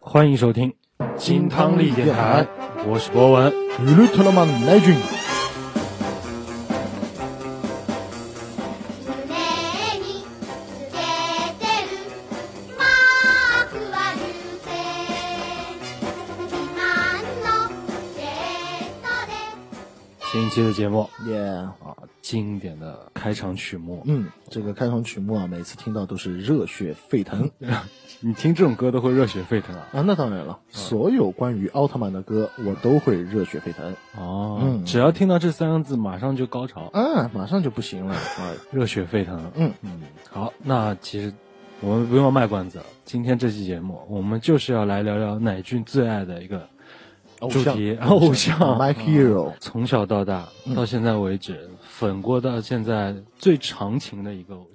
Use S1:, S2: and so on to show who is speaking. S1: 欢迎收听金汤力电台，我是博文。
S2: Ulu Tulaman Legend。
S3: 「夢につけてるマークは流星」「自慢のジェットで」
S1: 新一期的节目
S2: Yeah，
S1: 啊，经典的开场曲目，
S2: 嗯，这个开场曲目啊，每次听到都是热血沸腾
S1: 你听这种歌都会热血沸腾啊！
S2: 啊。那当然了，所有关于奥特曼的歌我都会热血沸腾
S1: 哦，
S2: 嗯
S1: 只要听到这三个字，马上就高潮，
S2: 啊，马上就不行了啊。
S1: 热血沸腾。
S2: 嗯
S1: 嗯，好，那其实我们不用卖关子了，今天这期节目我们就是要来聊聊乃俊最爱的一个
S2: 偶
S1: 主
S2: 像
S1: 题
S2: 偶
S1: 像嗯
S2: 像 My Hero，
S1: 从小到大，到现在为止，粉过到现在最长情的一个偶像。